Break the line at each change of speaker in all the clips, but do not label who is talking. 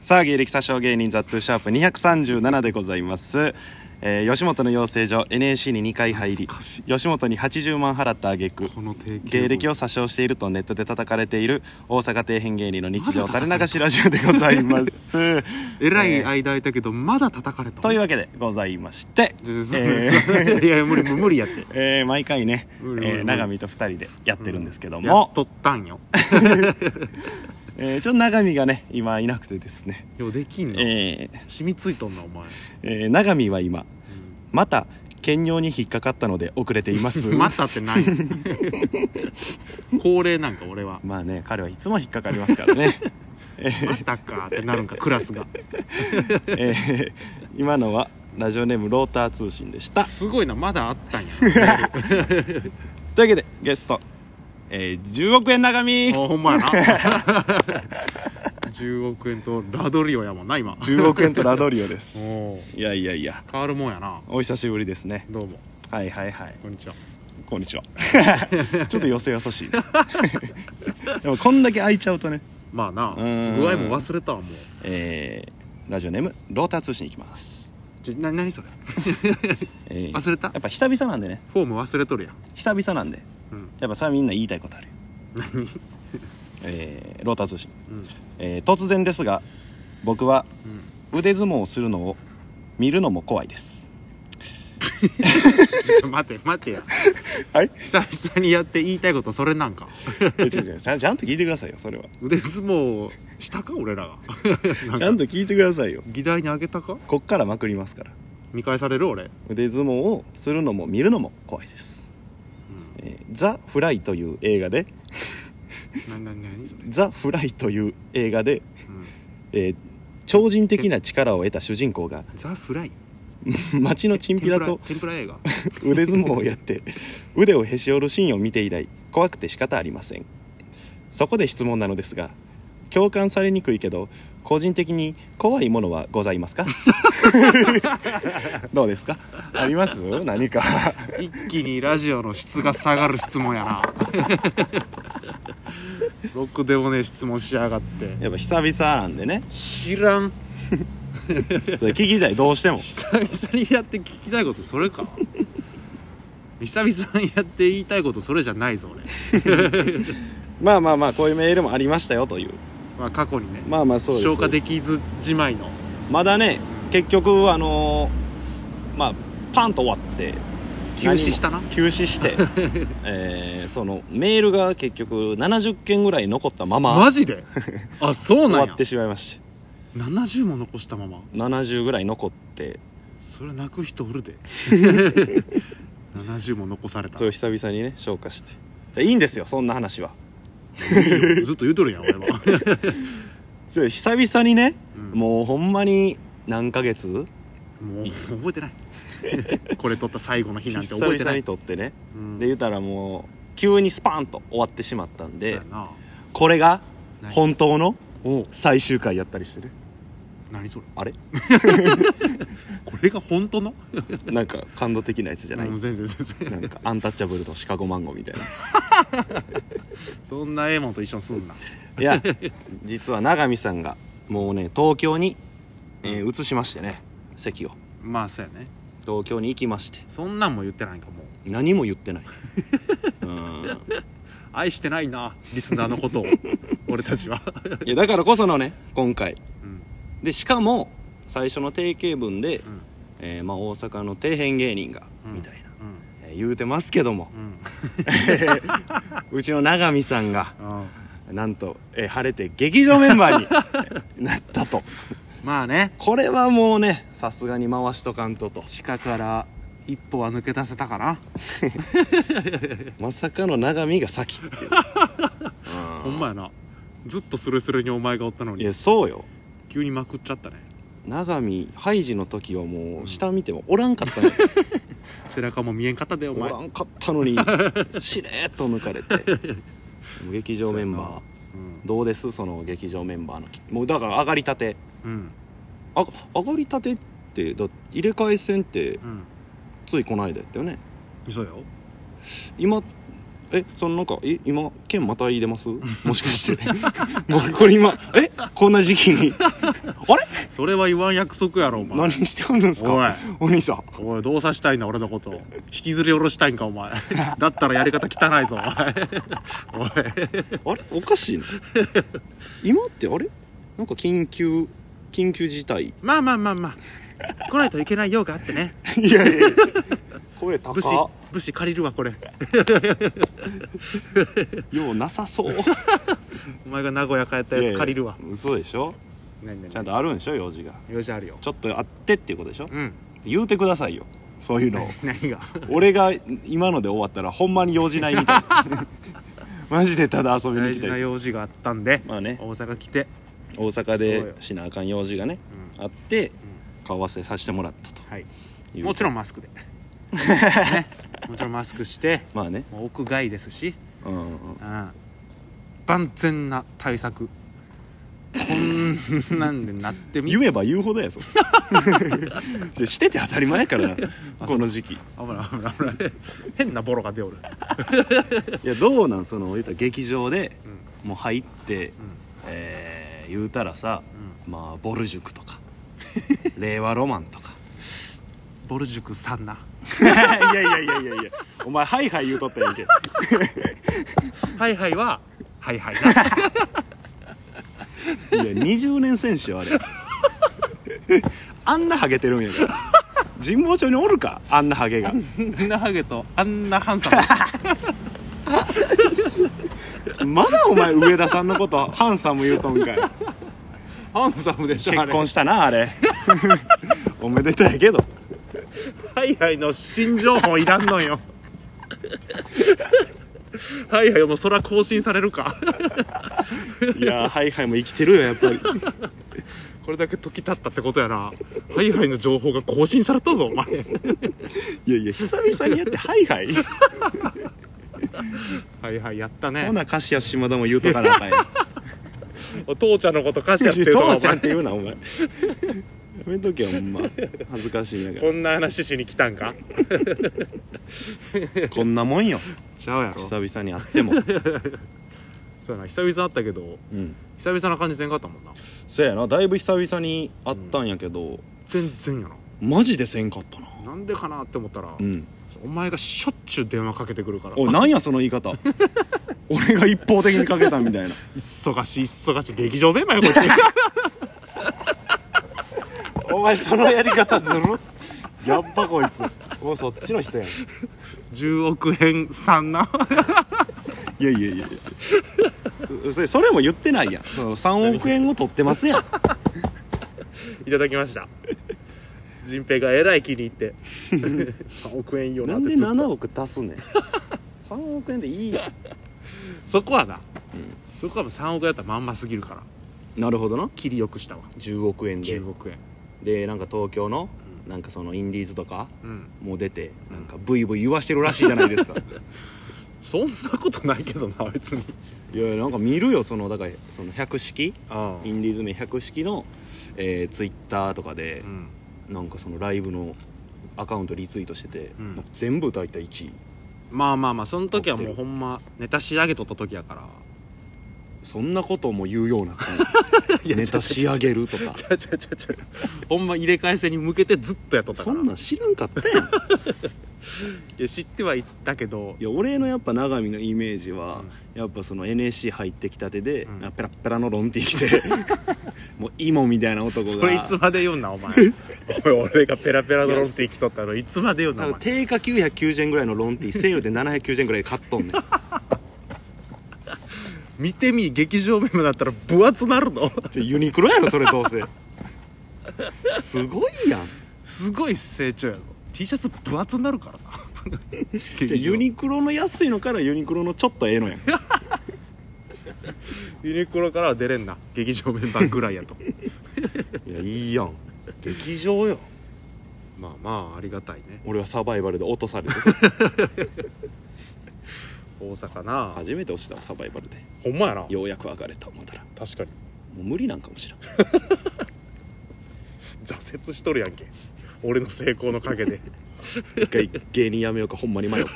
さあ芸歴詐称芸人ザットゥシャープ237でございます、えー吉本の養成所 NAC に2回入り
懐かしい
吉本に80万払った挙句
この定型
芸歴を詐称しているとネットで叩かれている大阪底辺芸人の日常垂れ流しラジオでございます
えら
え
い
ー
間空いたけどまだ叩かれた
というわけでございまして、
ちょちょ
え
いや無理無理やって
えー毎回ね、え
うんうんうん
ー、長見と2人でやってるんですけど
や
も
っ、とったんよ
えーちょっと長見がね今いなくてですね、
ようできんの、
えー
染みついとんなお前、
えー長見は今また兼用に引っかかったので遅れていま す
うん、またってない恒例なんか俺は
まあね彼はいつも引っかかりますから ね、
またかってなるんかクラスが
えー今のはラジオネームローター通信でした
すごいなまだあったんや
というわけでゲスト、えー10億円長見
あほんまやな 10億円とラドリオやもんな今
10億円とラドリオで
お
す
お
いやいやいや
変わるもんやな
お久しぶりですね
どうも
はいはいはい
こんにちは
こんにちは ちょっとよそよそしいねでもこんだけ空いちゃうとね、
まあな
うん
具合も忘れたわもう
えーラジオネームローター通信いきます、
ちょな何それ
えー
忘れた
やっぱ久々なんでね
フォーム忘れとるやん、
久々なんで
うん、
やっぱそれはみんな言いたいことあるよ
何、
えーローター通信、
うん
えー突然ですが僕は腕相撲をするのを見るのも怖いです
うん、待て待てや
はい
久々にやって言いたいことそれなんか
違う違うちゃんちゃんと聞いてくださいよそれは
腕相撲したか俺らがなん
ちゃんと
か
聞いてくださいよ
議題にあげたか
こっからまくりますから
見返される俺、
腕相撲をするのも見るのも怖いです、えーザ・フライという映画で
うん、なな何それ、
ザ・フライという映画で、
うん、
えー超人的な力を得た主人公 が
ザ・フライ
街のチンピラと
天ぷら天ぷら映画
腕相撲をやって腕をへし折るシーンを見て以来怖くて仕方ありませんそこで質問なのですが共感されにくいけど個人的に怖いものはござい ますかどうですかあります何か
一気にラジオの質が下がる質問やなろくでもねえ質問しやがって
やっぱ久々なんでね
知らん
それ聞きたいどうしても
久々にやって聞きたいことそ れか久々にやって言いたいことそれじゃないぞ俺
まあまあまあこういうメールもありましたよという
まあ過去にね、
まあまあそうです
消化できずじまいの
まだね結局あのーまあパンと終わって
休止したな
休止して えーそのメールが結局70件ぐらい残ったまま
マ ジであそう
終
な
わ
んや
ってしまいまして
70も残したまま
70ぐらい残って
それ泣く人お るで70も残された
それを久々にね消化してでいいんですよそんな話は
ずっと言うとるやん俺 は、
それ久々にね、
うんも
もうほんまに何ヶ月
う覚えてないこれ撮った最後の日なんて
久
覚えてな
々
い
に撮ってね
うん
で言うたらもう急にスパーンと終わってしまったん
そう
で
やな
これが
何
本当の
お
最終回やったりしてね
何それ
あれ
これが本当の
なんか感動的なやつじゃない、
うん全然全然
なんかアンタッチャブルとシカゴマンゴーみたいな
そんなエモンと一緒にすんな。
いや実は永見さんがもうね東京に、えー移しましてね席を
まあ、そうやね。
東京に行きまして
そんなんも言ってないんかもう。
何も言ってない うん
愛してないな、リスナーのこと を。俺たちは。
いやだからこそのね今回
うん。
でしかも最初の定型文で、
うん。
えーまあ、大阪の底辺芸人が、
うん
みたいな、えー言うてますけども
うん。うん。
うちの永見さんが
あ
なんと、えー晴れて劇場メンバーになったと
まあね、
これはもうねさすがに回しとかんとと
地下から一歩は抜け出せたかな。
まさかの長見が先 っていう
ほんまやな。ずっとスレスレにお前がおったの
い
に、
やそうよ
急にまくっちゃったね。
長見ハイジの時はもう下見てもおらんかったね、
背中も見えんかったで、 お
お
前。
ら
うん
かったのにしれーっと抜かれて劇場メン
そうや
バ
ん
ー。どうですその劇場メンバーのきもうだから上がりたて
うん。
あ上がりたてってだ入れ替え戦って
うん。
ついこないだやったよね
そうよ。
今えそのなんかえ今 剣また入れますもしかしてもうこれ今えこんな時期に
それは言わん約束やろお前
何してはるんですかお兄さん
おいおいどうさしたいんだ俺のことを引きずり下ろしたいんかお 前だったらやり方汚いぞお前おい
あれおかしい な今ってあれなんか緊急緊急事態
まあまあまあまあ来ないといけない用があってね
いやいや声高
武士
よ
武士借りるわこれ
うなさ そう
お前が名古屋帰ったやつ借りるわ
いやいや嘘でしょ
ねんね
ちゃんとあるんでしょ用事が
用事あるよ
ちょっとあってっていうことでしょ
うん
言うてくださいよそういうのを
何が
俺が今ので終わったらほんまに用事ないみたいな マジでただ遊びに来
大事
た
な
り
用事があったんで
まあね
大阪来て、
大阪でしなあかん用事がね
うん
あって顔合わせさせてもらったと
はい、
いう
もちろんマ スクで、ね、もちろんマスクして
まあね
もう屋外ですし、
うんうんうん
うん、万全な対策こんなんでなってみ
言えば言うほど やぞしてて当たり前やから なこの時期い
危ない危ない危ない変なボロが出おる、
やどうなんその言うたら劇場で
うん
もう入って、
うん
えー言うたらさ
うん、
まあボル塾 とか令和ロマンとか
ボル塾さんない
や いやいやいやいやお前ハイハイ言うとったやんけ
ハイハイはハイハイ
いや20年選手よあれあんなハゲてるんやから神保町におるかあんなハゲが
なあんなハゲとあんなハ ンサム
まだお前上田さんのことハンサム言うとんかい
ハンサムでしょあ
結
れ
婚したなあれ おめでたいけど
ハイハイの新情報いらん のよハイハイはもうそら更新されるか
いやーハイハイも生きてるよやっぱり
これだけ時経ったってことやなハイハイの情報が更新されたぞお前
いやいや久々にやってハイハイ
はいはいやったね
ほな菓子屋島田も言うとか なあかんや
お父ちゃんのこと歌詞やってるとかお
父ちゃん
前
って言うなお 前やめとけよほんま恥ずかしいなが
こんな話しに来たんから
こんなもんよ
ちゃうやろ
久々に会っても
そうやな久々会ったけど
うん
久々な感じせんかったもんな
そやなだいぶ久々に会ったんやけど、
全然やな
マジでせんかったな
なんでかなって思ったら、
うん
お前がしょっちゅう電話かけてくるから
おいなんやその言い 方俺が一方的にかけたみたいな
忙しい忙しい劇場弁前こっち
お前そのやり方ずる やっぱこいつもうそっちの人やん
10億円さんない
やいやいやいやうそれそれも言ってないやんその3億円を取ってますやん
いただきました仁平がえらい気に入って 3億円よ な
な
っ
んで
てずっと
7億足す ねん3億円でいいや
そこはな、そこはもう3億円だったらまんますぎるから
んなるほどな
切りよくしたわ
10億円で
10億円
でなんか東京のなんかそのインディーズとか
うん
もう出てなんかブイブイ言わしてるらしいじゃないです か
そんなことないけどな別に
いやいやなんか見るよそのだからその百式
あ
インディーズ名百式の、えー、ツイッターとかで
う、ん
なんかそのライブのアカウントリツイートしてて、
うん
なんか全部大体1位
まあまあまあその時はもうほんまネタ仕上げとった時やから
そんなことも言うような感じネタ仕上げるとか
ちゃちゃちゃちゃほんま入れ替え戦に向けてずっとやっとったか
そ
ら
んなん知らんかったやんい
いや知ってはいたけど
や俺のやっぱ永見のイメージは、やっぱその NSC 入ってきたてで、
うん
なんかペラッペラのロンティ着 てもうイモみたいな男が
それいつまで言うなお前おい俺がペラペラのロンティ生きとったのいつまで言うな
多
お
分
前
定価990円ぐらいのロンティセールで790円ぐらいで買っとんねん
見てみ劇場メモだったら分厚なるの
ちょユニクロやろそれどう せすごいやん
すごい成長やぞ T シャツ分厚なるから な
じゃあユニクロの安いのからユニクロのちょっとええのやん
ユニクロからは出れんな劇場メンバーぐらいやと
いやいいやん劇場よ
まあまあありがたいね
俺はサバイバルで落とされて
大阪な
初めて落ちたわサバイバルで
ほんまやな
ようやく上がれた思ったらも
確かに
う無理なんかもしれん
挫折しとるやんけ俺の成功の陰で
一回芸人辞めようかほんまに 迷って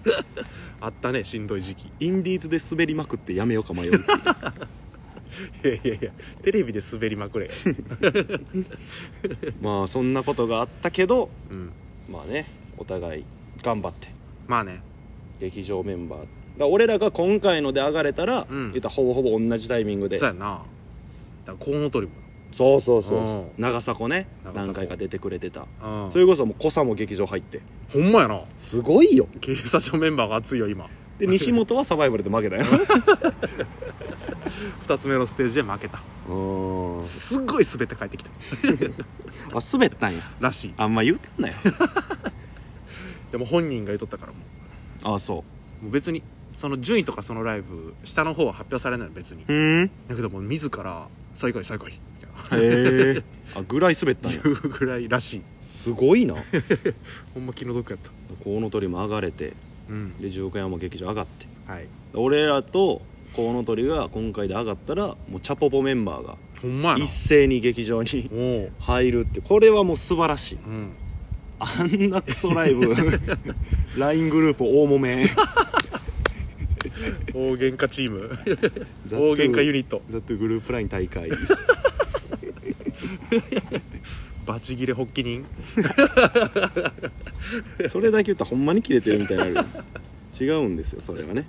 あったねしんどい時期
インディーズで滑りまくって辞めようか迷うっていう
いやいやいやテレビで滑りまくれ、
まあそんなことがあったけど
うん、
まあねお互い頑張って
まあね
劇場メンバーだから俺らが今回ので上がれたら、
うん
言ったらほぼほぼ同じタイミングで
そうやなだからコウノトリも
そうそうそうそう
うん
長迫ね
長迫
何回か出てくれてた、
うん
それこそもう濃さも劇場入って
ほんまやな
すごいよ
警察署メンバーが熱いよ今
で西本はサバイバルで負けたよ
2つ目のステージで負けた
うん
すっごい滑って帰ってきた
あ滑ったんや
らしい
あんま言うて んなよ
でも本人が言っとったからも
あそう
もう別にその順位とかそのライブ下の方は発表されないの別に
ふーんへ
だけどもう自ら最下位最下位みたいな
えあぐらい滑った んや
言うぐらいらしい
すごいな
ほんま気の毒やった
コウノトリも上がれて
うん
で十億円も劇場上がって
はい
俺らとコウノトリが今回で上がったらもうチャポポメンバーが
ほんまやな
一斉に劇場に
おう
入るってこれはもう素晴らしい
うん
あんなクソライ ブ LINE グループ大揉め
大喧嘩チーム 大喧嘩ユニット
ザットゥグループライン大会
バチギレ発起人
それだけ言ったらほんまにキレてるみたいになる違うんですよそれはね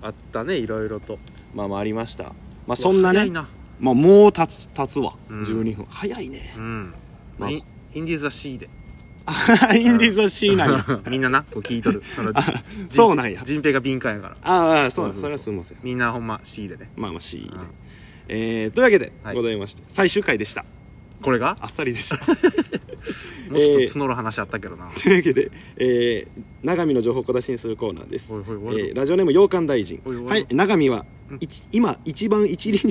あったねいろいろと
まあまあありましたまあそんな
早
ね
いな
まあもう経つ経つわ、
うん
12分早いね
うん、
まあ
インインディーズは C で
インディーズは C なんや
みんななこう聞いと るその
あそうなんや
人平が敏感やから
ああそうなん
そうそうそう
それはすみません
みんなほんま C でね
まあまあ C で、
うん
えー、というわけで
はい
ございまして、最終回でした
これが
あっさりでした
もうちょっと募る話あったけどな、
というわけで、えー、長見の情報を小出しにするコーナーです
おいおい
え
おい
ーラジオネーム洋館大臣
おいおい
はい長見は、
うん
いち今一番一輪